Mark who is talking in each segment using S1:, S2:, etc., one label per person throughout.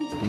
S1: tem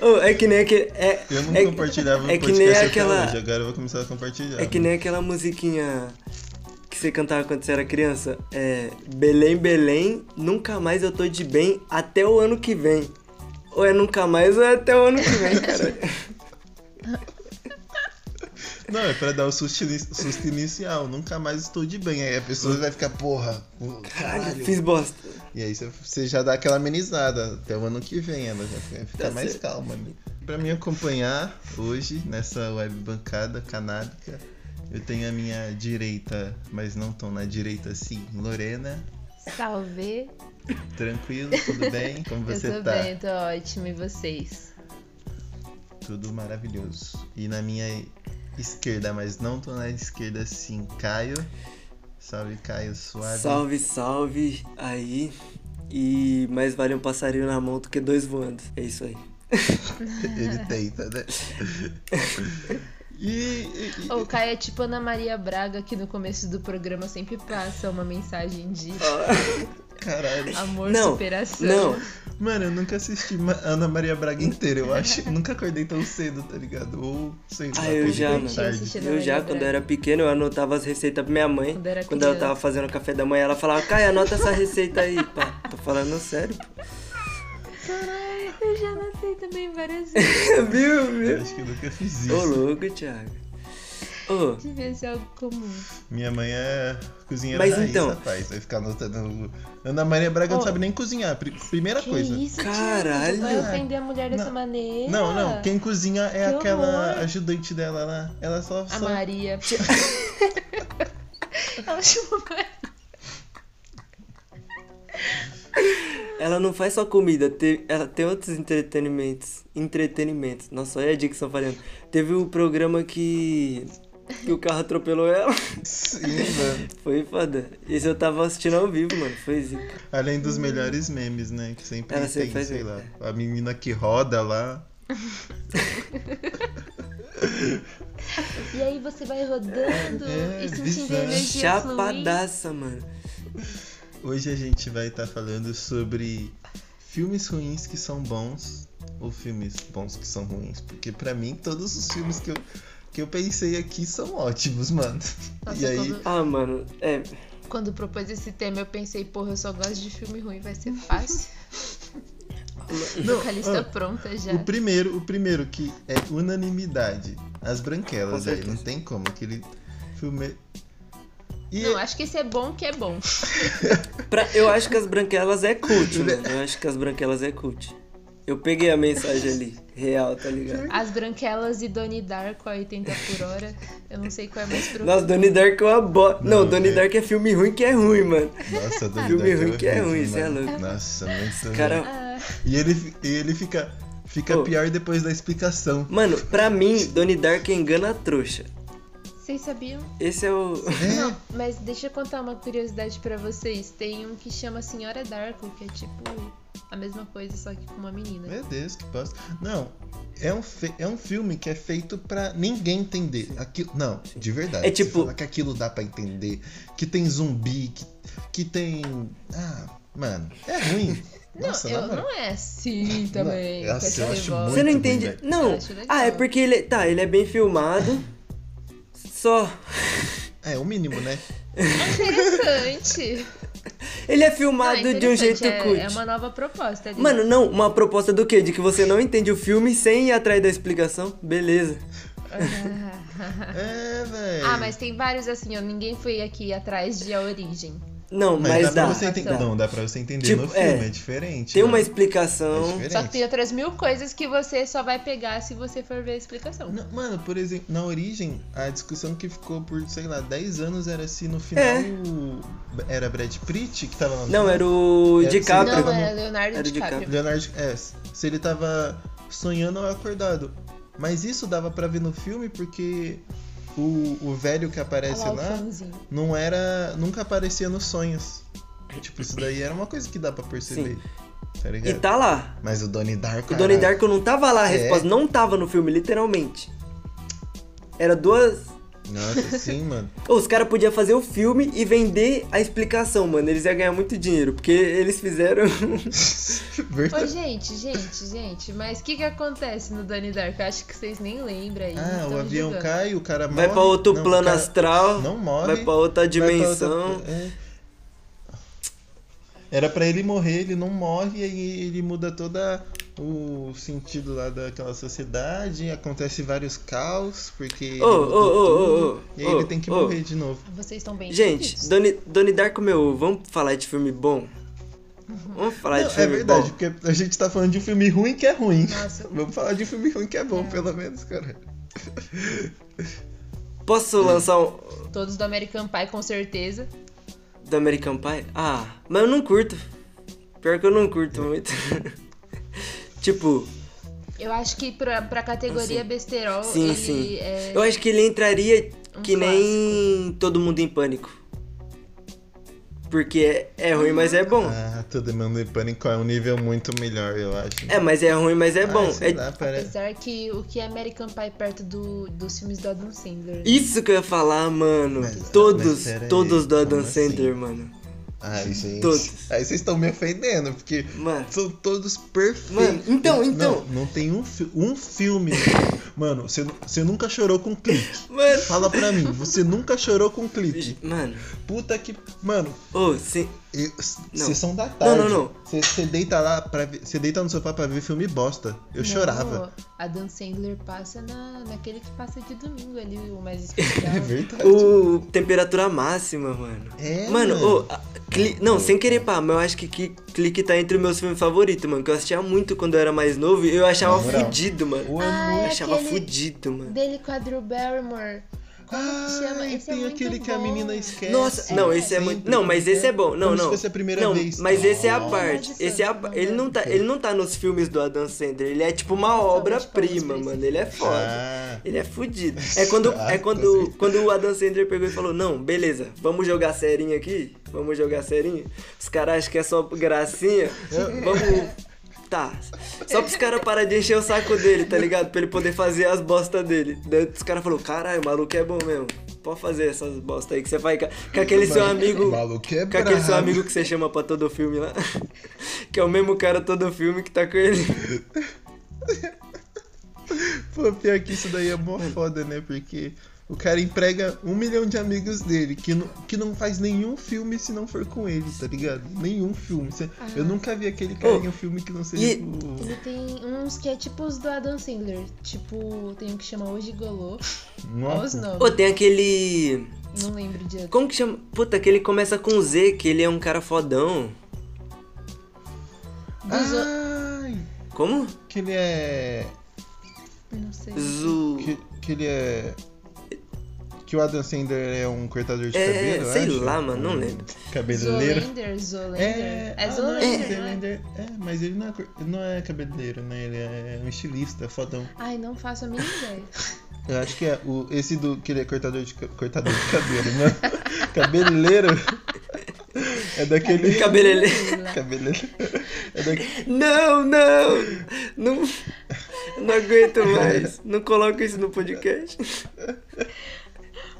S2: Oh, é que nem aquele. É,
S3: Eu não
S2: é,
S3: compartilhava o
S2: é que
S3: podcast
S2: nem
S3: até
S2: aquela-
S3: hoje, agora eu vou começar a compartilhar.
S2: é que nem aquela musiquinha que você cantava quando você era criança. É. Belém, Belém, nunca mais eu tô de bem até o ano que vem. Ou é nunca mais ou é até o ano que vem, cara.
S3: Não, é pra dar o susto, ini- susto inicial. Nunca mais estou de bem. Aí a pessoa vai ficar, porra. pô,
S2: Caralho, fiz bosta.
S3: E aí você- você já dá aquela amenizada. Até o ano que vem ela já fica- fica
S2: Tá
S3: mais
S2: certo.
S3: calma. né? Pra me acompanhar hoje nessa web bancada canábica, eu tenho a minha direita, mas não tão na direita assim, Lorena.
S4: Salve!
S3: Tranquilo, tudo bem? Como você
S4: eu tô
S3: tá?
S4: bem, tô ótimo. E vocês?
S3: Tudo maravilhoso. E na minha esquerda, mas não tô na esquerda assim, Caio. Salve, Caio, suave.
S2: Salve, salve aí. E mais vale um passarinho na mão do que dois voando. É isso aí.
S3: Ele tenta, né? E, e- e-
S4: O Caio é tipo Ana Maria Braga, que no começo do programa sempre passa uma mensagem de
S3: caralho.
S4: amor,
S2: Não,
S4: superação.
S2: Não,
S3: Mano, eu nunca assisti Ma- Ana Maria Braga inteira. Eu acho. Nunca acordei tão cedo, tá ligado? Ou sei lá.
S2: Ah, eu
S3: acordei
S2: já,
S3: tão
S2: mano.
S3: tarde.
S2: eu já, quando eu era pequeno, eu anotava as receitas pra minha mãe.
S4: Quando era
S2: Quando ela
S4: criança.
S2: tava fazendo café da manhã, ela falava, Caia, anota essa receita aí, pá. Tô falando sério, pô.
S4: Eu já nasci também várias vezes.
S2: Viu,
S3: Eu
S2: viu?
S3: acho que eu nunca fiz
S2: Ô,
S3: isso.
S2: louco, Thiago. Ô,
S4: Devia ser algo comum.
S3: Minha mãe é cozinheira
S2: Mas
S3: raiz,
S2: então-
S3: rapaz. Vai ficar anotando. Ana Maria Braga não
S4: Ô.
S3: sabe nem cozinhar. pri- Primeira
S4: Que
S3: coisa.
S4: isso, Thiago?
S2: Caralho.
S4: Você vai ofender a mulher dessa
S3: Não.
S4: maneira?
S3: Não, não. Quem cozinha é
S4: Que
S3: aquela
S4: horror.
S3: ajudante dela lá. Ela só.
S4: A
S3: só...
S4: Maria. Ela chama Maria.
S2: ela não faz só comida, te- ela tem outros entretenimentos. Entretenimentos. Nossa, olha a dicção falhando. Teve o programa que. que o carro atropelou ela.
S3: Sim, mano.
S2: Foi foda. Esse eu tava assistindo ao vivo, mano. Foi zica.
S3: Além
S4: Hum.
S3: dos melhores memes, né? Que sempre
S2: Ela
S3: tem,
S2: sempre faz
S3: sei lá.
S2: meme.
S3: A menina que roda lá.
S4: E aí você vai rodando
S3: É,
S4: e sentindo a
S3: bizarro.
S4: energia fluir.
S2: Chapadaça, mano.
S3: Hoje a gente vai estar falando sobre filmes ruins que são bons ou filmes bons que são ruins, porque pra mim todos os filmes que eu, que eu pensei aqui são ótimos, mano.
S4: Nossa,
S3: e aí,
S4: quando,
S2: Ah, mano, é.
S4: quando propôs esse tema, eu pensei, porra, eu só gosto de filme ruim, vai ser fácil.
S3: Não,
S4: Tô com a lista
S3: ah,
S4: pronta já.
S3: o primeiro, o primeiro que é unanimidade, As Branquelas,
S2: Com
S3: velho,
S2: certeza.
S3: não tem como aquele filme E
S4: Não, acho que esse é bom que é bom.
S2: Pra, eu acho que as branquelas é cult, mano. Eu acho que as branquelas é cult. Eu peguei a mensagem ali, real, tá ligado?
S4: As Branquelas e Donnie Darko a 80 por hora. Eu não sei qual é mais pro.
S2: Nossa, Donnie Dark é uma bo... Não,
S3: Não,
S2: Donnie
S3: é.
S2: Dark é filme ruim que é ruim, mano.
S3: nossa, Donnie
S2: Filme
S3: Darko
S2: ruim que é
S3: horrível,
S2: ruim, cê é
S3: mano.
S2: louco.
S3: Nossa, muito
S2: Cara,
S4: Ah,
S3: E ele, fi- e ele fica, fica
S2: Ô.
S3: pior depois da explicação.
S2: Mano, pra mim, Donnie Darko engana a trouxa.
S4: Vocês sabiam?
S2: Esse é o.
S4: Não, mas deixa eu contar uma curiosidade pra vocês. Tem um que chama Senhora Darko, que é tipo a mesma coisa, só que com uma menina.
S3: Meu Deus, que bosta. Não, é um, fi- é um filme que é feito pra ninguém entender. Aquilo, não, de verdade.
S2: É
S3: você
S2: tipo-
S3: fala que aquilo dá pra entender. Que tem zumbi, que, que tem. Ah, mano, é ruim.
S4: Não,
S3: Nossa,
S4: eu,
S3: na moral.
S4: não é assim também.
S3: Nossa,
S4: com essa
S3: eu acho
S4: revolta.
S2: Você não
S3: Muito
S2: entende.
S3: bem, velho.
S2: Não.
S4: Eu acho legal.
S2: Ah, é porque ele. Tá, ele é bem filmado. Só.
S3: É o mínimo, né?
S4: Interessante.
S2: Ele é
S4: Não, é
S2: filmado de um
S4: interessante,
S2: jeito
S4: é,
S2: cult.
S4: É uma nova proposta. Ali.
S2: Mano, não, uma proposta do quê? De que você não entende o filme sem ir atrás da explicação? Beleza.
S3: É, velho.
S4: Ah, mas tem vários assim, ó. Ninguém foi aqui atrás de a origem.
S2: Não, mas,
S3: dá,
S2: dá.
S3: pra você entender.
S2: dá.
S3: Não, dá pra você entender
S2: Tipo,
S3: no filme,
S2: é.
S3: é, diferente.
S2: Tem uma
S3: né? É
S2: explicação.
S3: diferente.
S4: Só que tem um. outras mil coisas que você só vai pegar se você for ver a explicação.
S3: Não, Mano, por exemplo, na origem, a discussão que ficou por, sei lá, 10 anos era se no final
S2: É.
S3: o- era Brad Pitt que tava lá no
S2: não, era o
S3: É,
S2: DiCaprio.
S4: Não, é Leonardo
S2: Era o
S4: DiCaprio.
S2: DiCaprio.
S3: Leonardo, é, se ele tava sonhando ou acordado. Mas isso dava pra ver no filme porque o, o velho que aparece
S4: Olha lá, o
S3: lá
S4: fãzinho.
S3: não era, nunca aparecia nos sonhos. Tipo, isso daí era uma coisa que dá pra perceber. Tá
S2: E
S3: ligado?
S2: tá lá.
S3: Mas o Donnie Darko.
S2: O Donnie
S3: caralho.
S2: Darko não tava lá, a
S3: É.
S2: resposta não tava no filme, literalmente. Era duas.
S3: Nossa, sim, mano.
S2: Ô, Os caras podiam fazer o filme e vender a explicação, mano. Eles iam ganhar muito dinheiro, porque eles fizeram.
S3: Verdade.
S4: Ô, gente, gente, gente, mas o que que acontece no Donnie Darko? Eu Acho que vocês nem lembram aí.
S3: Ah,
S4: estão
S3: o
S4: me
S3: avião
S4: julgando.
S3: cai, o cara morre.
S2: Vai pra outro
S3: não, o
S2: plano
S3: cara
S2: astral.
S3: Não morre.
S2: Vai pra outra
S3: vai pra outra-
S2: dimensão.
S3: é. Era pra ele morrer, ele não morre, e aí ele muda toda o sentido lá daquela sociedade, acontece vários caos, porque É, ele
S2: Ô,
S3: mudou
S2: ô, ô,
S3: tudo,
S2: ô,
S3: e aí
S2: ô,
S3: ele tem que
S2: ô.
S3: morrer de novo.
S4: Vocês estão bem
S2: Gente,
S4: entendidos.
S2: Doni, Doni Darko, meu, vamos falar de filme bom? Vamos falar
S3: Não,
S2: de
S3: é
S2: filme
S3: verdade,
S2: bom.
S3: porque a gente tá falando de um filme ruim que é ruim.
S4: Nossa.
S3: Vamos falar de um filme ruim que é bom, pelo menos, cara.
S2: Posso lançar um
S4: Todos do American Pie, com certeza.
S2: do American Pie? Ah, mas eu não curto. Pior que eu não
S3: É.
S2: curto muito. tipo,
S4: Eu acho que pra, pra categoria besterol,
S2: sim,
S4: ele
S2: sim.
S4: é...
S2: Eu acho que ele entraria
S4: Um
S2: que nem Todo Mundo em Pânico. Porque é, é ruim, mas é bom.
S3: Ah, todo mundo em pânico é um nível muito melhor, eu acho.
S2: É, mas é ruim, mas é
S3: Ah,
S2: bom.
S3: sei
S2: É
S3: lá, parece-
S4: Apesar que o que é American Pie perto do, dos filmes do Adam Sandler.
S2: isso que eu ia falar, mano.
S3: Mas- ah, mas
S2: todos,
S3: pera aí,
S2: todos do Adam
S3: como assim?
S2: Sandler, mano.
S3: Ai, gente.
S2: Todos.
S3: Aí vocês estão me ofendendo, porque
S2: Mano.
S3: são todos perfeitos.
S2: Mano, então, então.
S3: Não, não tem um, fi- um filme. Mano, você, você nunca chorou com clique.
S2: Mano.
S3: Fala pra mim, você nunca chorou com clique.
S2: Mano,
S3: Puta que. Mano,
S2: ô, sim.
S3: eu-
S2: Não.
S3: sessão da tarde.
S2: Não, não, não.
S3: Você, você deita lá para Você deita no sofá pra ver filme bosta. Eu chorava.
S4: Adam Sandler passa na, naquele que passa de domingo ali, o mais especial.
S3: É verdade.
S2: O temperatura máxima, mano.
S3: É,
S2: Mano,
S3: mano. É,
S2: ô, a- cli- não, sem querer pá, mas eu acho que Cli- Clique tá entre os meus filmes favoritos, mano. Que eu assistia muito quando eu era mais novo e eu achava
S3: Na moral.
S2: fudido, mano.
S3: O
S4: Ah,
S2: eu
S4: é
S2: achava
S4: aquele-
S2: fudido, mano.
S4: Dele com a Drew Barrymore. Como que chama?
S3: Ai,
S4: Esse é
S3: tem
S4: muito
S3: aquele que a
S4: bom.
S3: menina esquece.
S2: Nossa, não, esse é
S3: sempre,
S2: muito. Não, mas
S3: porque
S2: esse é bom. Não,
S3: como
S2: não.
S3: Se fosse a primeira
S2: não,
S3: vez. tá
S2: mas esse é a
S3: Nossa.
S2: parte.
S4: Nossa,
S2: Esse é a...
S4: não,
S2: ele não tá, ele não tá nos filmes do Adam Sandler. Ele é tipo uma
S4: palmas pra
S2: obra-prima,
S4: esse
S2: mano. Ele é foda.
S3: Ah,
S2: Ele é fudido. É quando,
S3: Ah,
S2: é
S3: com
S2: quando,
S3: certeza.
S2: quando o Adam Sandler pegou e falou: Não, beleza, vamos jogar serinho aqui? Vamos jogar serinho? Os caras acham que é só gracinha. Vamos. Tá. Só pros caras parar de encher o saco dele, tá ligado? Pra ele poder fazer as bostas dele. Daí os caras falaram: Caralho, o maluco é bom mesmo. Pode fazer essas bostas aí que você faz ca- com aquele seu
S3: Mano,
S2: amigo.
S3: o maluco é
S2: com aquele seu
S3: brabo.
S2: amigo que você chama pra todo filme lá. Que é o mesmo cara todo filme que tá com ele.
S3: Pô, pior que isso daí é mó foda, né? Porque o cara emprega um milhão de amigos dele, que não, que não faz nenhum filme se não for com ele, tá ligado? Nenhum filme. Cê- Eu nunca vi aquele cara
S2: Oh,
S3: em um filme que não seja
S2: e-
S3: com...
S4: Ele tem uns que é tipo os do Adam Sandler. Tipo, tem um que chama Hoje Golô. Olha os
S3: Nossa.
S4: nomes.
S2: Ô, tem aquele.
S4: Não lembro de
S2: Como que chama? Puta, que ele começa com Z, que ele é um cara fodão.
S4: Dos o-
S3: Ai,
S2: Como?
S3: que ele é...
S4: Não sei.
S2: Zu.
S3: Que, que ele é... Que o Adam Sandler é um cortador de
S2: É,
S3: cabelo, eu
S2: sei
S3: acho. Um
S2: lá, mano, não lembro.
S3: Cabeleireiro.
S4: Zolander, Zolander.
S3: É,
S4: É,
S3: ah, não,
S4: Zolander, né?
S3: Zolander. É, mas ele não é, cor- não é cabeleireiro, né? Ele é um estilista, fodão.
S4: Ai, não faço a mínima ideia.
S3: Eu acho que é o, esse do que ele é cortador de, ca- cortador de cabelo, mano. Cabeleiro. É daquele.
S2: Cabelele.
S3: Cabeleiro. É daquele.
S2: Não, não! Não, não aguento mais. Não coloca isso no podcast.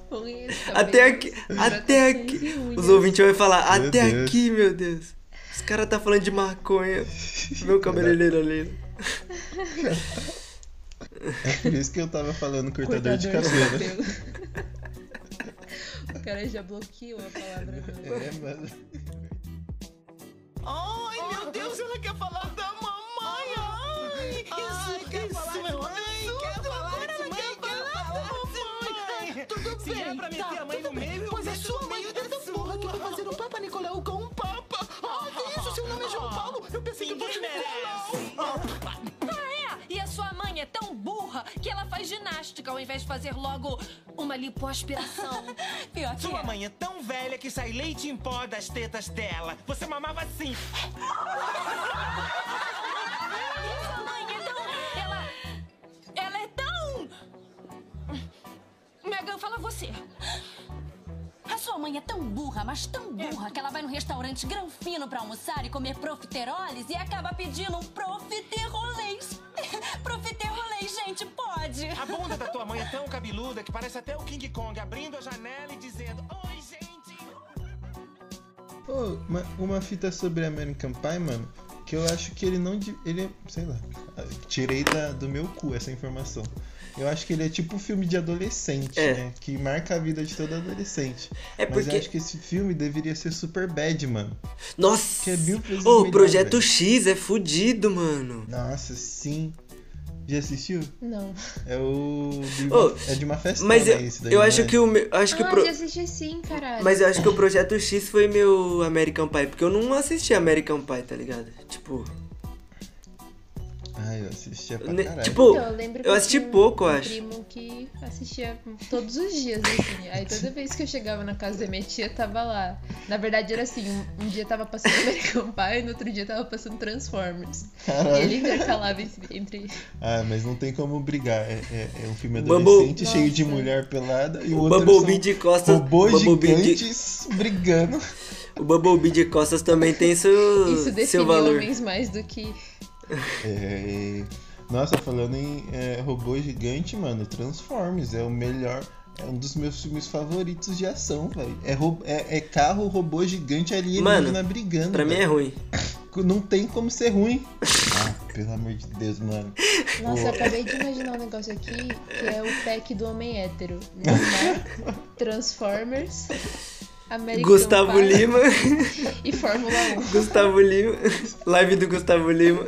S4: Tá
S2: Até
S4: né?
S2: aqui, até aqui. Os ouvintes vão falar,
S3: Meu
S2: até
S3: Deus.
S2: aqui, meu Deus. Os caras tá falando de maconha. Meu cabeleireiro ali.
S3: Por isso que eu tava falando cortador,
S4: Cortador
S3: de cabelo.
S4: O cara já bloqueou a palavra. não.
S3: É, mano.
S5: é Se é pra meter a mãe no meio, pois é sua mãe dessa porra que eu tô fazendo um Papa Nicolau com um Papa. Ah, que isso, seu nome é João Paulo? Eu pensei que você merece.
S6: Ah, é? E a sua mãe é tão burra que ela faz ginástica ao invés de fazer logo uma lipoaspiração. Pior que
S5: Sua
S6: é.
S5: mãe é tão velha que sai leite em pó das tetas dela. Você mamava assim.
S6: E sua mãe é tão... Ela... Ela é tão... Megan, fala você.
S7: A sua mãe é tão burra, mas tão
S6: É.
S7: burra, que ela vai no restaurante grão fino pra almoçar e comer profiteroles e acaba pedindo um profiterolês. profiterolês, gente, pode.
S5: A bunda da tua mãe é tão cabeluda que parece até o King Kong abrindo a janela e dizendo: Oi, gente.
S3: Pô, uma, uma fita sobre American Pie, mano, que eu acho que ele não. di- Ele é. Sei lá. Tirei da, do meu cu essa informação. Eu acho que ele é tipo um filme de adolescente,
S2: É.
S3: né? Que marca a vida de todo adolescente.
S2: É
S3: Mas eu
S2: porque.
S3: acho que esse filme deveria ser super bad, mano.
S2: Nossa!
S3: que é mil vezes
S2: Ô,
S3: melhor,
S2: Projeto
S3: velho.
S2: X é fudido, mano.
S3: Nossa, sim. Já assistiu?
S4: Não.
S3: É o. de-
S2: Ô,
S3: é de uma festa.
S2: Mas
S3: né,
S2: eu,
S3: esse daí,
S2: eu
S3: não
S2: acho
S3: é?
S2: que o meu. Acho que o
S4: ah,
S2: pro-
S4: já assisti sim, caralho.
S2: Mas eu acho que o Projeto X foi meu American Pie, porque eu não assisti American Pie, tá ligado? Tipo.
S3: Ai, eu assistia pra
S2: ne-
S3: Ah, caralho.
S2: Tipo,
S4: Então, eu lembro
S2: eu assisti
S4: tinha um-
S2: pouco, eu
S4: um
S2: acho.
S4: primo que assistia todos os dias, assim. Aí toda vez que eu chegava na casa da minha tia, tava lá. Na verdade, era assim, um, um dia tava passando American Pie, no outro dia tava passando Transformers. E ele intercalava entre- entre...
S3: Ah, mas não tem como brigar. É, é- é um filme
S2: Bumble-
S3: adolescente cheio de
S4: Nossa.
S3: mulher pelada e o
S2: O
S3: outro
S2: Bumblebee
S3: são
S2: de costas.
S3: robôs
S2: Bumblebee de-
S3: gigantes brigando.
S2: O Bumblebee de costas também tem seu,
S4: Isso
S2: seu
S4: define
S2: valor.
S4: homens mais do que.
S3: É, nossa, falando em é, robô gigante, mano, Transformers é o melhor. É um dos meus filmes favoritos de ação, velho. É, ro- é- é carro, robô gigante alienígena
S2: Mano,
S3: brigando.
S2: Pra mim é
S3: velho.
S2: ruim.
S3: Não tem como ser ruim. Ah, pelo amor de Deus, mano.
S4: Nossa,
S3: Pô.
S4: eu acabei de imaginar um negócio aqui que é o pack do homem hétero: Neymar, Transformers, American
S2: Gustavo
S4: Pie
S2: Lima.
S4: e Fórmula 1.
S2: Gustavo Lima. Live do Gustavo Lima.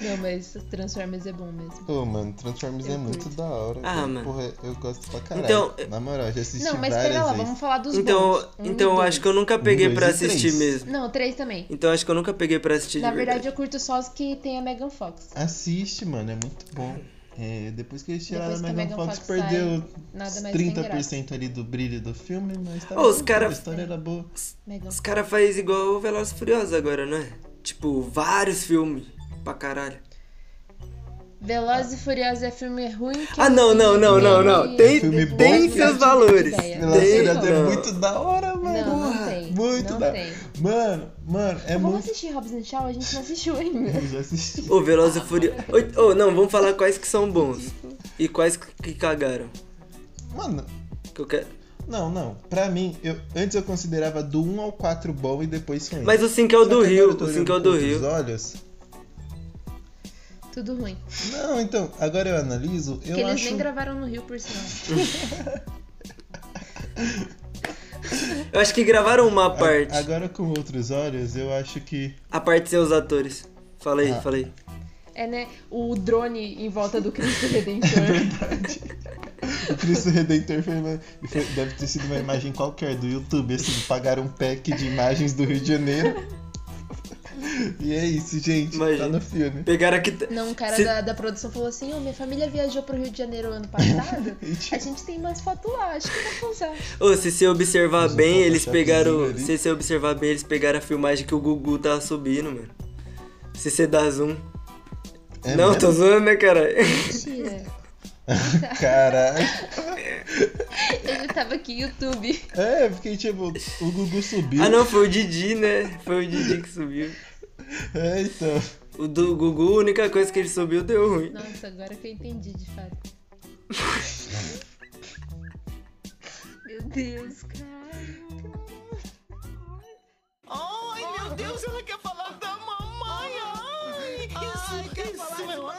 S4: Não, mas Transformers é bom mesmo.
S3: Ô, mano, Transformers é
S4: Eu
S3: muito
S4: curto.
S3: da hora.
S2: Ah,
S3: cara.
S2: mano.
S3: Porra, eu gosto pra caralho.
S2: Então,
S3: Na moral, já assisti
S4: Não, mas
S3: várias
S4: pera lá,
S3: vezes.
S4: vamos falar dos
S2: Então,
S4: bons. Um e
S2: então eu
S4: dois.
S2: acho que eu nunca peguei
S3: dois
S2: pra
S3: e três.
S2: assistir mesmo.
S4: Não, três também.
S2: Então acho que eu nunca peguei pra assistir
S4: Na
S2: de
S4: verdade, eu curto só os que tem a Megan Fox.
S3: Assiste, mano, é muito bom. É, depois que eles tiraram a
S4: Depois que a
S3: Megan
S4: Megan
S3: Fox,
S4: Fox
S3: perdeu
S4: Nada mais tem graça.
S3: 30% ali do brilho do filme, mas tá
S2: Ô, os
S3: bom,
S2: cara-
S3: a história era boa.
S4: Megan
S2: Os caras fazem igual o Velozes e Furiosos agora, não é? Tipo, vários filmes pra caralho.
S4: Veloz e Furiosa é filme ruim. que
S2: Ah,
S4: eu
S2: não,
S4: vi.
S2: não, não, não, não. Tem,
S3: filme bom,
S2: tem
S3: filme
S2: seus
S4: de
S2: valores.
S4: ideia.
S3: Velozes e
S2: Tem,
S3: Furiosos é
S2: não.
S3: muito da hora, mano.
S4: Não, não
S3: Porra,
S4: tem.
S3: Muito
S4: não
S3: da
S4: tem.
S3: Mano, mano, é
S4: Vamos
S3: muito.
S4: assistir Robson Shaw? A gente não assistiu ainda.
S3: Eu já assisti.
S2: Ô, Veloz e Furioso. Ô, ô, não, vamos falar quais que são bons. E quais que cagaram.
S3: Mano,
S2: Que eu quero.
S3: não, não. Pra mim, eu, antes eu considerava do 1 ao 4 bom e depois ruim.
S2: Mas o 5 é o
S3: Só que
S2: do
S3: agora
S2: Rio.
S3: eu tô
S2: O 5 é o
S3: olhando
S2: do
S3: com outros
S2: Rio.
S3: Olhos.
S4: Tudo ruim.
S3: Não, então, agora eu analiso, eu
S4: Porque é eles
S3: acho
S4: nem gravaram no Rio, por sinal.
S2: Eu acho que gravaram uma
S3: A-
S2: parte.
S3: Agora com outros olhos, eu acho que.
S2: A parte sem os atores. Fala aí,
S3: Ah.
S2: fala aí.
S4: É, né? O drone em volta do Cristo Redentor.
S3: O Cristo Redentor foi uma- foi- deve ter sido uma imagem qualquer do YouTube, assim, pagaram um pack de imagens do Rio de Janeiro. E é isso, gente. Tá
S2: Imagina.
S3: no filme.
S2: Pegaram aqui.
S4: Não, um cara
S2: Se-
S4: da, da produção falou assim, ô, minha família viajou pro Rio de Janeiro ano passado, a gente tem umas fotos lá, acho que tá dá pra usar.
S2: Ô, se você observar bem,
S3: um
S2: eles pegaram.
S3: ali.
S2: Se você observar bem, eles pegaram a filmagem que o Gugu tava subindo, mano. Se você dá zoom.
S3: É
S2: não,
S3: mesmo?
S2: tô zoando, né, cara?
S4: Mentira.
S3: Caralho.
S4: Ele tava aqui, YouTube.
S3: É, porque tipo, o Gugu subiu.
S2: ah, não, foi o Didi, né? Foi o Didi que subiu.
S3: É, então.
S2: O do Gugu, a única coisa que ele subiu deu ruim.
S4: Nossa, agora que eu entendi de fato. Meu Deus, cara.
S5: Ai, meu Deus, ela quer falar da mamãe. Ai, isso, isso é um absurdo.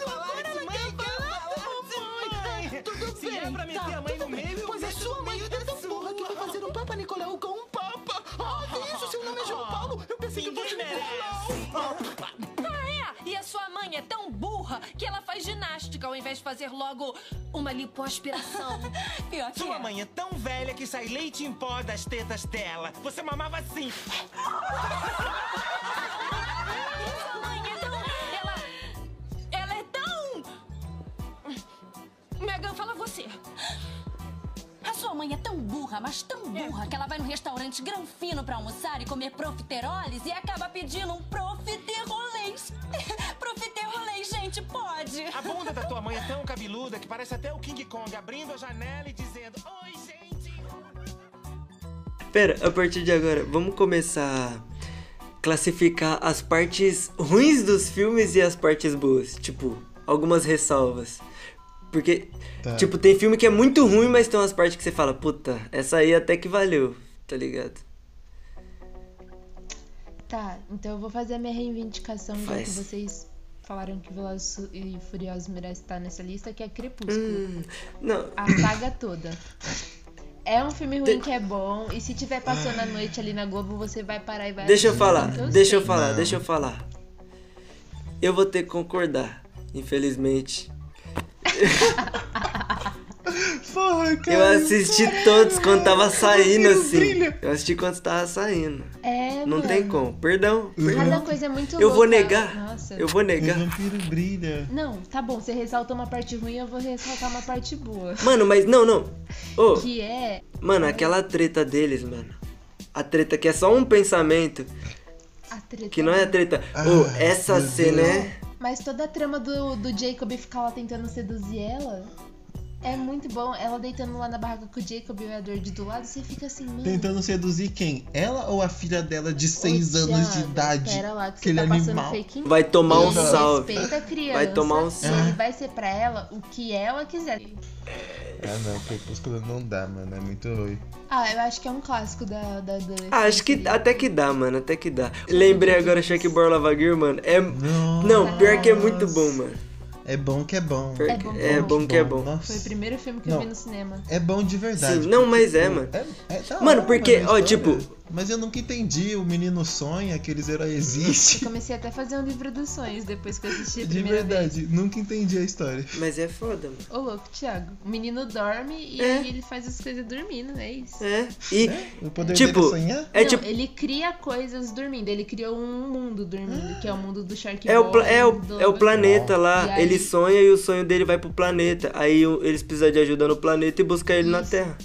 S5: Agora ela quer falar da mamãe. Tudo bem. Se é pra meter a mãe no meio, pois é sua mãe dessa porra que vai fazer um Papa Nicolau com um Papa. Ah, que isso, seu nome é João Paulo. Eu pensei que fosse um Nicolau.
S6: Ah, é? E a sua mãe é tão burra que ela faz ginástica ao invés de fazer logo uma lipoaspiração.
S7: Pior que
S5: Sua
S7: é.
S5: mãe é tão velha que sai leite em pó das tetas dela. Você mamava assim.
S6: Sua mãe é tão. Ela. Ela é tão. Megan, fala você.
S7: A sua mãe é tão burra, mas tão
S6: É.
S7: burra, que ela vai no restaurante Granfino pra almoçar e comer profiteroles e acaba pedindo um profiterolês. profiterolês, gente, pode!
S5: A bunda da tua mãe é tão cabeluda que parece até o King Kong abrindo a janela e dizendo: Oi, gente.
S2: Pera, a partir de agora, vamos começar a classificar as partes ruins dos filmes e as partes boas. Tipo, algumas ressalvas. Porque, tipo, tem filme que é muito ruim, mas tem umas partes que você fala, puta, essa aí até que valeu, tá ligado?
S4: Tá, então eu vou fazer a minha reivindicação, já
S2: Faz.
S4: que vocês falaram que Velozes e Furiosos merece estar nessa lista, que é Crepúsculo.
S2: Hum, não,
S4: A saga toda. É um filme ruim que é bom, e se tiver passando a noite ali na Globo, você vai parar e vai
S2: deixa eu
S4: assistir,
S2: falar,
S4: então
S2: deixa eu
S4: sei.
S2: falar, deixa eu falar. Eu vou ter que concordar, infelizmente.
S3: Porra,
S4: Tá
S3: cara.
S2: Eu assim, assisti todos quando tava saindo, assim. Eu assisti quando tava saindo.
S4: É,
S2: Não
S4: mano.
S2: tem como. Perdão.
S4: Cada
S2: perdão.
S4: coisa é muito
S2: Eu vou
S4: louca.
S2: negar.
S4: Nossa.
S2: Eu vou
S3: O
S2: negar.
S3: vampiro brilha.
S4: Não, tá bom, você ressalta uma parte ruim, eu vou ressaltar uma parte boa.
S2: Mano, mas não, não. Ô,
S4: Que é.
S2: mano, aquela treta deles, mano. A treta que é só um pensamento,
S4: A treta.
S2: que não é a treta. Ô, essa cena é.
S4: Mas toda a trama do, do Jacob ficar lá tentando seduzir ela é muito bom. Ela deitando lá na barraca com o Jacob e o Edward do lado, você fica assim, mano.
S3: Tentando seduzir quem? Ela ou a filha dela de 6
S4: ô,
S3: anos de
S4: Thiago,
S3: idade?
S4: Pera lá, que você
S3: aquele
S4: tá passando
S3: animal.
S4: fake news.
S2: Vai tomar um
S4: Ele
S2: salve.
S4: Respeita a criança.
S2: Vai tomar um
S4: e
S2: salve.
S4: Ele vai ser pra ela o que ela quiser.
S3: Ah, não, Crepúsculo não dá, mano. É muito ruim.
S4: Ah, eu acho que é um clássico da. da, da
S2: Ah, acho que até que dá, mano. Até que dá. Lembrei agora, Shaq Borla Vaguir, mano. É. Não, pior que é muito bom, mano.
S3: É bom que é bom.
S2: Pior
S4: É
S2: que-
S4: bom,
S2: É
S4: bom.
S2: bom que é bom.
S3: Nossa.
S4: Foi o primeiro filme que eu
S3: Não.
S4: vi no cinema.
S3: É bom de verdade.
S2: Sim, não,
S3: porque,
S2: mas é,
S3: tipo,
S2: mano.
S3: É, é da
S2: Mano,
S3: hora,
S2: porque,
S3: a
S2: ó,
S3: história.
S2: tipo-
S3: Mas eu nunca entendi. O menino sonha, aqueles heróis
S4: Eu
S3: existem.
S4: comecei até a fazer um livro dos sonhos depois que eu assisti a
S3: De
S4: primeira vez.
S3: verdade, nunca entendi a história.
S2: Mas é foda, mano.
S4: Ô louco, Thiago. O menino dorme e
S2: É.
S4: aí ele faz as coisas dormindo, é isso.
S2: É. E.
S3: O poder
S2: Tipo,
S3: dele é sonhar?
S2: É
S4: Não,
S2: tipo.
S4: ele cria coisas dormindo. Ele criou um mundo dormindo, que é o mundo do Shark
S2: É o, pla- é, o, é o planeta
S4: E
S2: lá,
S4: aí-
S2: ele sonha e o sonho dele vai pro planeta. Aí o- eles precisam de ajuda no planeta e buscar ele na
S4: Isso.
S2: Terra.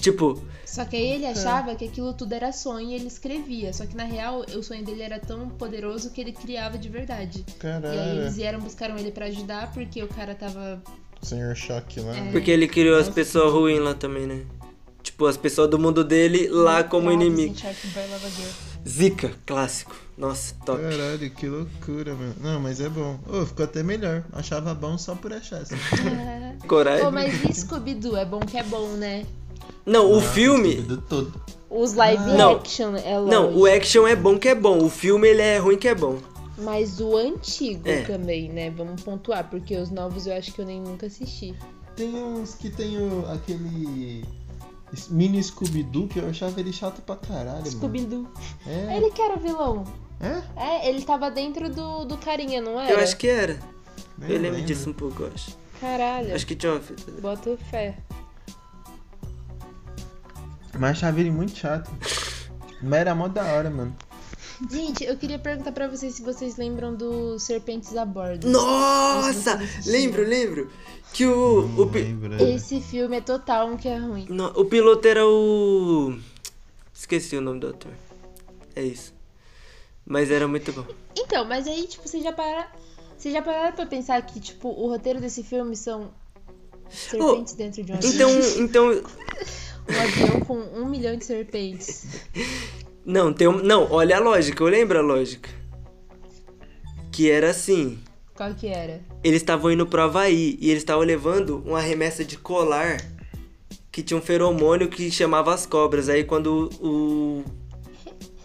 S2: Tipo,
S4: Só que aí ele
S3: É.
S4: achava que aquilo tudo era sonho e ele escrevia. Só que na real, o sonho dele era tão poderoso que ele criava de verdade. E aí eles
S3: Caralho.
S4: vieram, buscaram ele pra ajudar, porque o cara tava. é,
S3: Senhor Choque lá. né?
S2: porque ele criou as pessoas ruins lá também, né? Tipo, as pessoas do mundo dele lá como
S4: Bravos em
S2: inimigo.
S4: Shark Boy Lava Girl.
S2: Zika, clássico. Nossa, top.
S3: Caralho, que loucura, mano. Não, mas é bom. Ô, ficou até melhor. Achava bom só por achar. assim.
S4: Pô,
S2: Coragem.
S4: mas e Scooby-Doo? É bom que é bom, né?
S2: Não, o filme.
S3: Do todo.
S4: Os live
S2: Não.
S4: action é longe.
S2: Ah. Não, o action é bom que é bom. O filme ele é ruim que é bom.
S4: Mas o antigo
S2: É.
S4: também, né? Vamos pontuar, porque os novos eu acho que eu nem nunca assisti.
S3: Tem uns que tem o, aquele mini Scooby-Doo que eu achava ele chato pra caralho,
S4: Scooby-Doo.
S3: mano. É.
S4: Ele que era o vilão.
S3: É?
S4: É, ele tava dentro do, do carinha, não era?
S2: Eu acho que era.
S3: Nem
S2: Eu lembro disso um pouco, eu acho.
S4: Caralho.
S2: Acho que tinha uma fita. dele.
S4: Bota fé.
S3: Mas achava ele muito chato. Mas era mó da hora, mano.
S4: Gente, eu queria perguntar pra vocês se vocês lembram do Serpentes a Bordo.
S2: Nossa! Lembro, lembro. Que o. o
S3: Não
S2: pi-
S3: lembra?
S4: Esse filme é total um que é ruim.
S2: Não, o piloto era o. Esqueci o nome do ator. É isso. Mas era muito bom.
S4: Então, mas aí, tipo, vocês já pararam. Vocês já pararam pra pensar que, tipo, o roteiro desse filme são serpentes dentro de um avião?
S2: Então, então.
S4: Um avião com um milhão de serpentes.
S2: Não, tem um, Não, olha a lógica, eu lembro a lógica. Que era assim.
S4: Qual que era?
S2: Eles estavam indo pro Havaí e eles estavam levando uma remessa de colar que tinha um feromônio que chamava as cobras. Aí quando o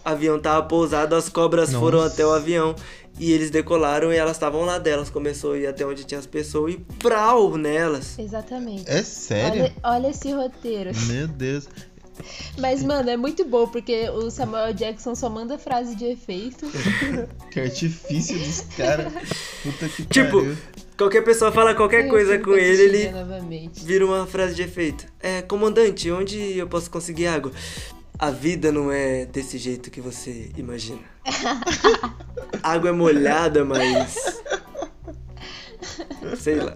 S2: avião tava pousado, as cobras
S3: Nossa.
S2: foram até o avião e eles decolaram e elas estavam lá delas. Começou a ir até onde tinha as pessoas e prau nelas.
S4: Exatamente.
S3: É sério?
S4: Olha, olha esse roteiro.
S3: Meu Deus.
S4: Mas, mano, é muito bom, porque o Samuel Jackson só manda frase de efeito.
S3: Que artifício dos caras. Puta que
S2: Tipo,
S3: pariu.
S2: Qualquer pessoa fala qualquer
S4: Eu
S2: coisa
S4: fico
S2: com ele,
S4: assistindo
S2: ele
S4: Novamente.
S2: vira uma frase de efeito. É, comandante, onde eu posso conseguir água? A vida não é desse jeito que você imagina. água é molhada, mas. Sei lá.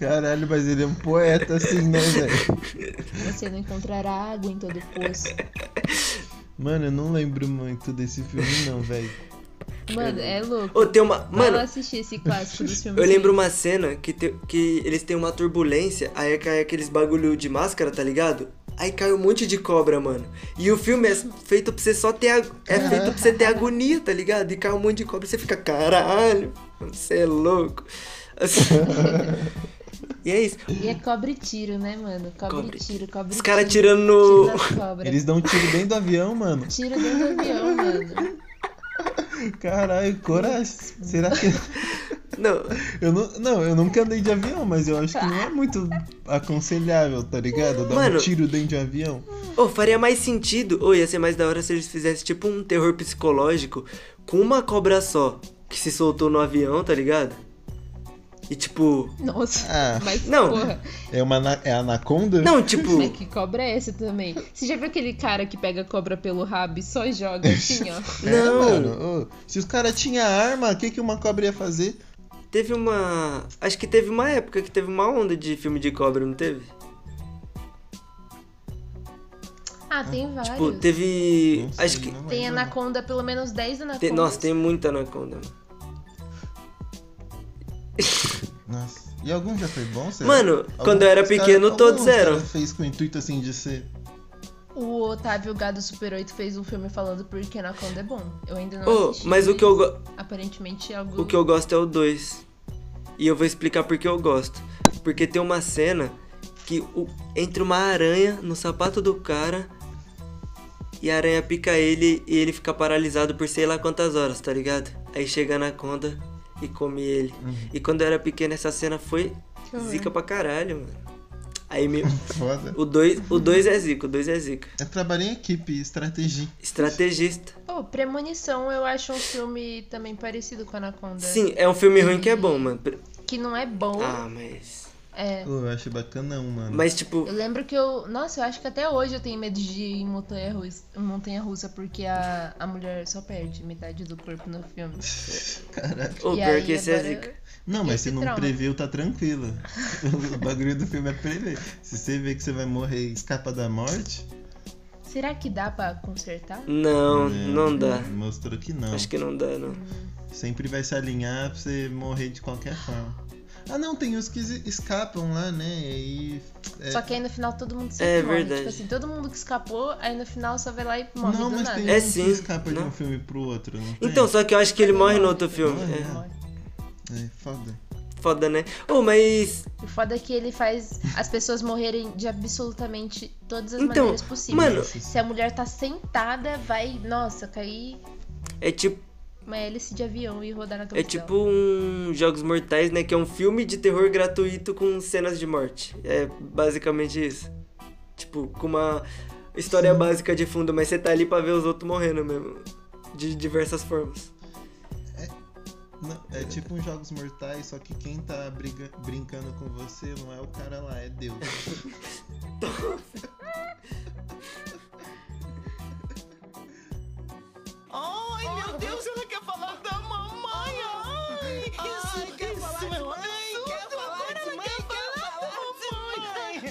S3: Caralho, mas ele é um poeta assim, né, velho?
S4: Você não encontrará água em todo o poço.
S3: Mano, eu não lembro muito desse filme, não, velho.
S4: Mano, é louco.
S2: Ô, tem uma.
S4: Vai
S2: Mano,
S4: lá assistir esse clássico dos filmes.
S2: eu lembro
S4: ruins.
S2: uma cena que, te- que eles têm uma turbulência, aí cai aqueles bagulho de máscara, tá ligado? Aí cai um monte de cobra, mano. E o filme é feito pra você só ter. ag- É feito pra você ter agonia, tá ligado? E cai um monte de cobra e você fica, caralho, você é louco. Assim. e é isso.
S4: E é cobre e tiro, né, mano? Cobre,
S2: Cobre.
S4: e tiro, cobre e
S2: Os caras
S4: tiro.
S2: tirando no.
S4: Tiro das cobras.
S3: Eles dão um tiro dentro do avião, mano.
S4: Tiro dentro do avião, mano.
S3: Caralho, coragem. Será que.
S2: Não,
S3: Eu não, não, eu nunca andei de avião, mas eu acho que não é muito aconselhável, tá ligado? Dar
S2: Mano.
S3: um tiro dentro de avião.
S2: Ô, faria mais sentido, ou ia ser mais da hora se eles fizessem tipo um terror psicológico com uma cobra só que se soltou no avião, tá ligado? E tipo.
S4: Nossa.
S3: Ah.
S4: Mas,
S2: Não.
S4: porra,
S3: É uma ana- é anaconda?
S2: Não, tipo.
S4: mas que cobra é essa também? Você já viu aquele cara que pega a cobra pelo rabo e só joga assim, ó?
S3: É,
S2: não.
S3: mano, ô, se os caras tinham arma, o que, que uma cobra ia fazer?
S2: Teve uma. Acho que teve uma época que teve uma onda de filme de cobra, não teve?
S4: Ah, tem vários.
S2: Tipo, teve.
S3: Não sei,
S2: acho que.
S3: não
S4: Tem
S3: lembro.
S4: anaconda, pelo menos 10 anacondas.
S2: Tem... Nossa, tem muita anaconda. mano.
S3: Nossa. E algum já foi bom? será?
S2: Mano,
S3: Algum
S2: quando eu era
S3: dos cara-
S2: pequeno,
S3: algum
S2: todos
S3: dos cara
S2: eram.
S3: fez com o intuito assim de ser.
S4: O Otávio Gado Super 8 fez um filme falando porque anaconda é bom. Eu ainda não
S2: Ô,
S4: assisti.
S2: mas o que eu. go-
S4: Aparentemente é algo...
S2: O que eu gosto é o 2. E eu vou explicar por que eu gosto. Porque tem uma cena que o- entra uma aranha no sapato do cara e a aranha pica ele e ele fica paralisado por sei lá quantas horas, tá ligado? Aí chega a anaconda e come ele. E quando eu era pequeno, essa cena foi
S4: horror.
S2: zica pra caralho, mano. Aí me...
S3: Foda.
S2: o 2 o dois é zica, o 2 é zica.
S3: Eu trabalhei em equipe, estratégia.
S2: Estrategista.
S4: Ô, Premonição eu acho um filme também parecido com Anaconda.
S2: Sim, é um filme ruim que é bom, mano.
S4: Que não é bom.
S2: Ah, mas.
S4: É.
S3: Ô, eu acho bacana um, mano.
S2: Mas tipo.
S4: Eu lembro que eu. Nossa, eu acho que até hoje eu tenho medo de ir em montanha russa, montanha -russa porque a, a mulher só perde metade do corpo no filme.
S2: Ô,
S4: e
S2: pior
S4: aí,
S2: que esse é
S4: agora...
S2: zica.
S3: Não, mas
S4: Esse
S3: se não
S4: trauma.
S3: previu, tá tranquilo. o bagulho do filme é prever. Se você vê que você vai morrer e escapa da morte,
S4: Será que dá pra consertar?
S2: Não, não dá.
S3: mostrou que não.
S2: Acho que não dá, não.
S3: Sempre vai se alinhar pra você morrer de qualquer forma. Ah não, tem os que es- escapam lá, né? E aí. é-
S4: Só que aí no final todo mundo se
S2: É
S4: morre.
S2: verdade.
S4: Tipo assim, todo mundo que escapou, aí no final só vai lá e morre
S3: Não,
S4: do
S3: mas
S4: nada.
S3: tem
S2: É
S3: uns
S2: sim,
S3: que escapa de
S2: não?
S3: um filme pro outro, não tem?
S2: Então, só que eu acho que ele morre no outro filme.
S4: Ele
S2: É,
S4: morre.
S3: É foda.
S2: foda, né? Ô, mas.
S4: O foda é que ele faz as pessoas morrerem de absolutamente todas as
S2: Então,
S4: maneiras possíveis.
S2: mano-
S4: Se a mulher tá sentada, vai, nossa, cair
S2: É tipo,
S4: uma hélice de avião e rodar na
S2: é
S4: televisão.
S2: tipo um Jogos Mortais, né? Que é um filme de terror gratuito com cenas de morte. É basicamente isso. Tipo, com uma história básica de fundo, mas você tá ali pra ver os outros morrendo mesmo. De diversas formas.
S3: Não, é tipo uns Jogos Mortais, só que quem tá briga- brincando com você não é o cara lá, é Deus.
S5: Olha, Deus, ela quer falar da mamãe. Ai, isso, isso é um absurdo. Agora ela quer falar da mamãe.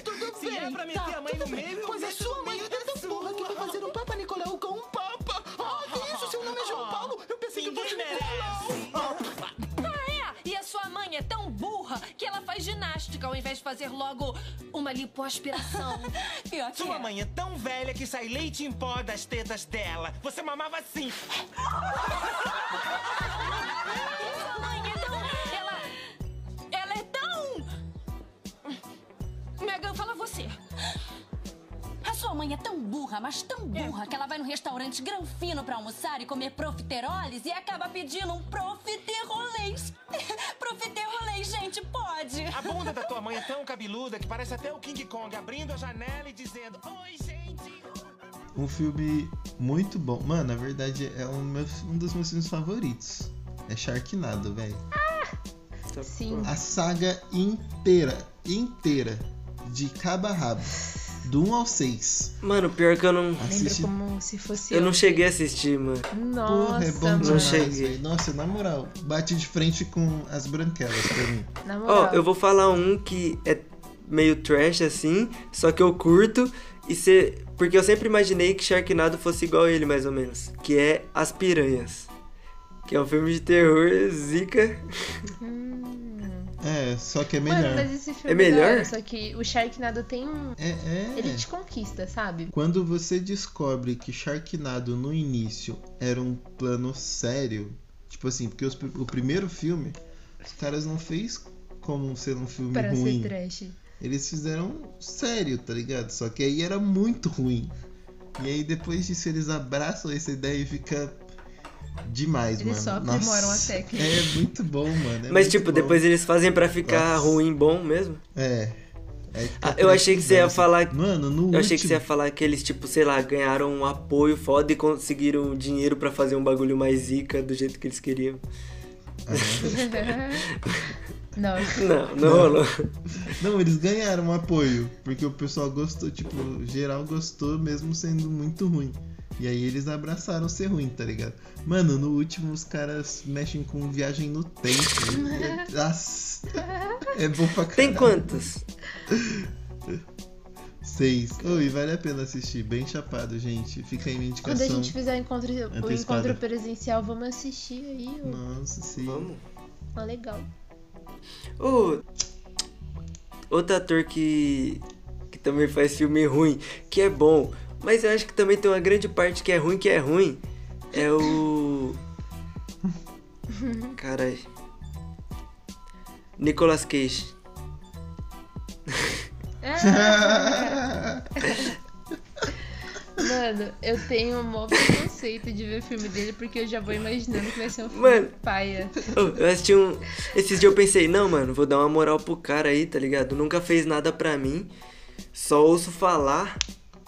S5: Tudo bem, é pra meter a mãe no meio, mas é sua mãe dessa porra que vai fazer um Papa Nicolau com um Papa. Ah, que isso, seu nome é João Paulo? Eu pensei que fosse Nicolau.
S6: Ah, é? E a sua mãe é tão burra que ela faz ginástica ao invés de fazer logo uma lipoaspiração.
S7: Pior que
S5: Sua
S7: é.
S5: mãe é tão velha que sai leite em pó das tetas dela. Você mamava assim.
S6: Sua mãe é tão. Ela. Ela é tão. Megan, fala você.
S7: A sua mãe é tão burra, mas tão
S5: É.
S7: burra, que ela vai no restaurante Granfino pra almoçar e comer profiteroles e acaba pedindo um profiterolês. profiterolês, gente, pode.
S5: A bunda da tua mãe é tão cabeluda que parece até o King Kong abrindo a janela e dizendo: Oi, gente!
S3: Um filme muito bom. Mano, na verdade é um, meu- um dos meus filmes favoritos. É Sharknado, velho.
S4: Sim.
S3: A saga inteira, inteira, de cabo a rabo, do 1 ao 6.
S2: Mano, pior que eu não.
S4: Lembro
S3: Assiste.
S4: como se fosse.
S2: Eu não cheguei a assistir, mano.
S4: Nossa,
S3: Porra, é bom
S4: mano.
S3: demais,
S2: Cheguei.
S3: velho. Nossa, na moral, bate de frente com as branquelas pra mim.
S4: Na
S2: Ó,
S4: moral.
S2: eu vou falar um que é meio trash assim, só que eu curto e cê... porque eu sempre imaginei que Sharknado fosse igual a ele mais ou menos, que é As Piranhas. Que é um filme de terror zica.
S3: É, só que é
S4: Hum. Mano,
S3: melhor.
S4: mas esse filme
S2: É melhor?
S4: da hora, Só que o Sharknado tem um.
S3: É, é.
S4: Ele te conquista, sabe?
S3: Quando você descobre que Sharknado no início era um plano sério, tipo assim, porque os pr- o primeiro filme, os caras não fez como ser um filme
S4: Pra
S3: ruim.
S4: ser trash.
S3: Eles fizeram sério, tá ligado? Só que aí era muito ruim. E aí depois disso eles abraçam essa ideia e fica demais,
S4: Eles só
S3: mano.
S4: aprimoram
S3: Nossa.
S4: a técnica.
S3: É muito bom, mano. é
S2: Mas
S3: muito
S2: tipo,
S3: bom.
S2: depois eles fazem pra ficar
S3: Nossa.
S2: ruim bom mesmo.
S3: É. Aí fica
S2: Ah, eu achei que você ia
S3: tristeza.
S2: falar-
S3: Mano, no
S2: Eu achei que você ia
S3: último-
S2: falar que eles tipo, sei lá, ganharam um apoio foda e conseguiram dinheiro pra fazer um bagulho mais zica do jeito que eles queriam.
S3: Ah,
S4: Não,
S2: Não, não rolou.
S3: Não, eles ganharam apoio, porque o pessoal gostou, tipo, geral gostou mesmo sendo muito ruim. E aí eles abraçaram ser ruim, tá ligado? Mano, no último os caras mexem com viagem no tempo. É- Nossa, é bom pra caralho.
S2: Tem quantos?
S3: Seis. Oi, vale a pena assistir. Bem chapado, gente. Fica aí minha
S4: quando a
S3: indicação.
S4: gente fizer o encontro, o
S3: Antecipada.
S4: encontro presencial, vamos assistir aí. ó.
S3: Nossa, sim.
S2: Vamos.
S4: Ó, legal.
S2: Ô, outro ator que, que também faz filme ruim, que é bom, mas eu acho que também tem uma grande parte que é ruim, que é ruim, é o. Caralho. Nicolas Cage.
S4: Mano, eu tenho um maior preconceito de ver filme dele porque eu já vou imaginando que vai ser um filme
S2: Mano.
S4: paia.
S2: Ô, eu assisti um. Esses dias eu pensei, não, mano, vou dar uma moral pro cara aí, tá ligado? Nunca fez nada pra mim, só ouço falar.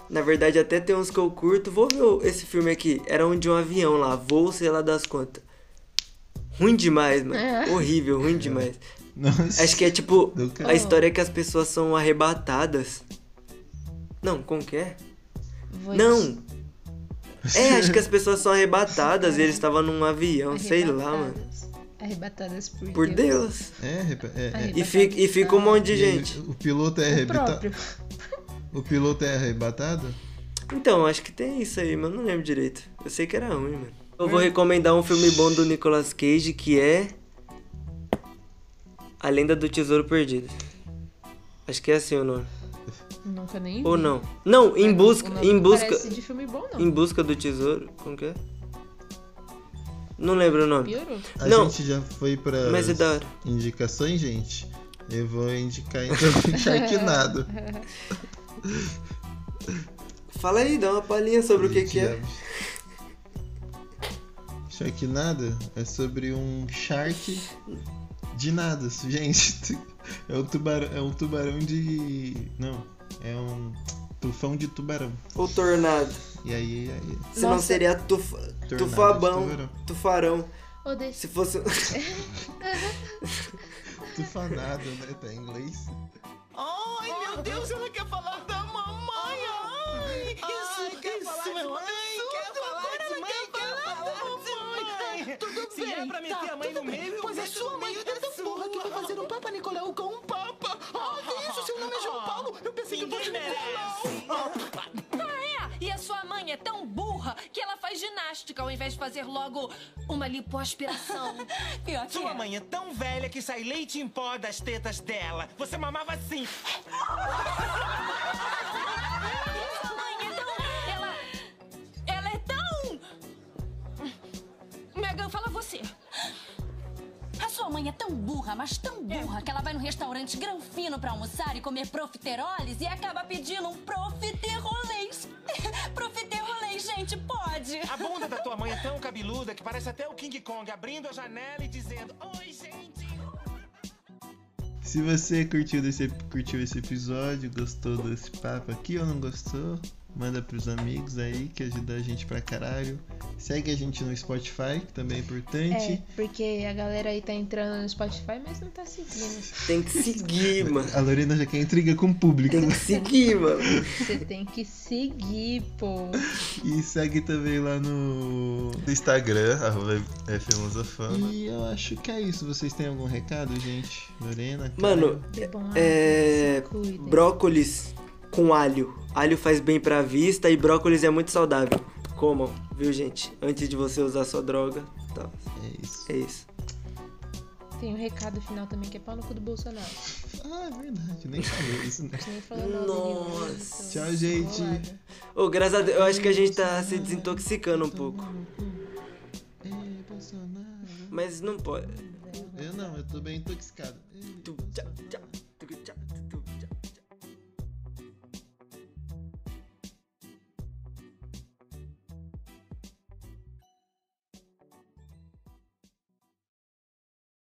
S2: Na verdade, até tem uns que eu curto. Vou ver o- esse filme aqui. Era um de um avião lá, voo, sei lá das contas. Ruim demais, mano. Horrível, ruim demais.
S3: Nossa.
S2: Acho que é tipo,
S3: Eu quero-
S2: a história é que as pessoas são arrebatadas. Não, como que é?
S4: Vou
S2: Não! É, acho que as pessoas são arrebatadas e eles estavam num avião, sei lá, mano.
S4: Arrebatadas. Arrebatadas por,
S2: Por Deus.
S3: É, repa- é, é.
S2: E fica, e fica um monte de gente.
S3: O piloto é
S4: O
S3: arrebata...
S4: próprio.
S3: O piloto é arrebatado?
S2: Então, acho que tem isso aí, mas não lembro direito. Eu sei que era ruim, mano. Eu vou recomendar um filme bom do Nicolas Cage que é. A Lenda do Tesouro Perdido. Acho que é assim o nome.
S4: Nunca nem vi.
S2: Ou não. Não, em busca.
S4: O nome
S2: Em
S4: não
S2: busca.
S4: Parece de filme bom, não.
S2: Em busca do tesouro. Como que é? Não lembro o nome.
S4: Piorou.
S3: A
S2: Não.
S3: gente já foi pra.
S2: Mas é da hora.
S3: Indicações, gente? Eu vou indicar então Sharknado.
S2: Fala aí, dá uma palhinha sobre o que, que é.
S3: Sharknado é sobre um shark de nada, gente. É um tubarão, é um tubarão de não, é um tufão de tubarão.
S2: O Tornado.
S3: E aí, aí
S2: Se não
S4: Nossa.
S2: seria tufa,
S3: de
S2: tufabão.
S3: tubarão.
S2: Tufarão.
S4: Ô, deixa.
S2: Se fosse.
S3: tufanado, né? Tá em inglês.
S5: Ai, meu Deus, ela quer falar da mamãe. Ai, isso, isso é um absurdo. Agora ela quer falar da mamãe. é pra meter a mãe no meio, pois é sua mãe é tão burra que vai fazer um Papa Nicolau com um Papa. Ah, que isso, seu nome é João Paulo. Eu pensei que fosse Nicolau.
S6: Ah, é? E a sua mãe é tão burra que ela faz ginástica ao invés de fazer logo uma lipoaspiração.
S7: Pior que
S5: Sua
S7: é.
S5: mãe é tão velha que sai leite em pó das tetas dela. Você mamava assim.
S6: Sua mãe é tão. Ela. Ela é tão. Megan, fala você.
S7: A sua mãe é tão burra, mas tão
S5: É.
S7: burra, que ela vai no restaurante granfino pra almoçar e comer profiteroles e acaba pedindo um profiterolês. profiterolês, gente, pode!
S5: A bunda da tua mãe é tão cabeluda que parece até o King Kong abrindo a janela e dizendo: Oi, gente.
S3: Se você curtiu esse, curtiu esse episódio, gostou desse papo aqui ou não gostou, manda pros amigos aí que ajuda a gente pra caralho. Segue a gente no Spotify, que também é
S4: É,
S3: importante.
S4: porque a galera aí tá entrando no Spotify, mas não tá seguindo.
S2: Tem que seguir, mano.
S3: A Lorena já quer intriga com o público.
S2: Tem que seguir, mano.
S4: Você tem que seguir, pô.
S3: E segue também lá no Instagram, arroba FMusafama. E eu acho que é isso. Vocês têm algum recado, gente? Lorena? Caio?
S2: Mano,
S4: Que bom,
S2: É,
S4: se cuidem.
S2: brócolis com alho. Alho faz bem pra vista e brócolis é muito saudável. Comam, viu, gente? Antes de você usar sua droga. Tá,
S3: É isso.
S2: é isso.
S4: Tem um recado final também que é pau no cu do Bolsonaro.
S3: Ah, é verdade. Nem falei isso, né?
S4: Nem falou nome nenhum,
S2: Nossa.
S4: né? Então,
S3: Tchau, gente.
S4: bolada.
S2: Ô, graças a Deus, eu acho que a gente tá se desintoxicando um pouco.
S3: Ei, Bolsonaro.
S2: Mas não pode.
S3: Eu não, eu tô bem intoxicado. Ei,
S2: Tu- tchau, tchau.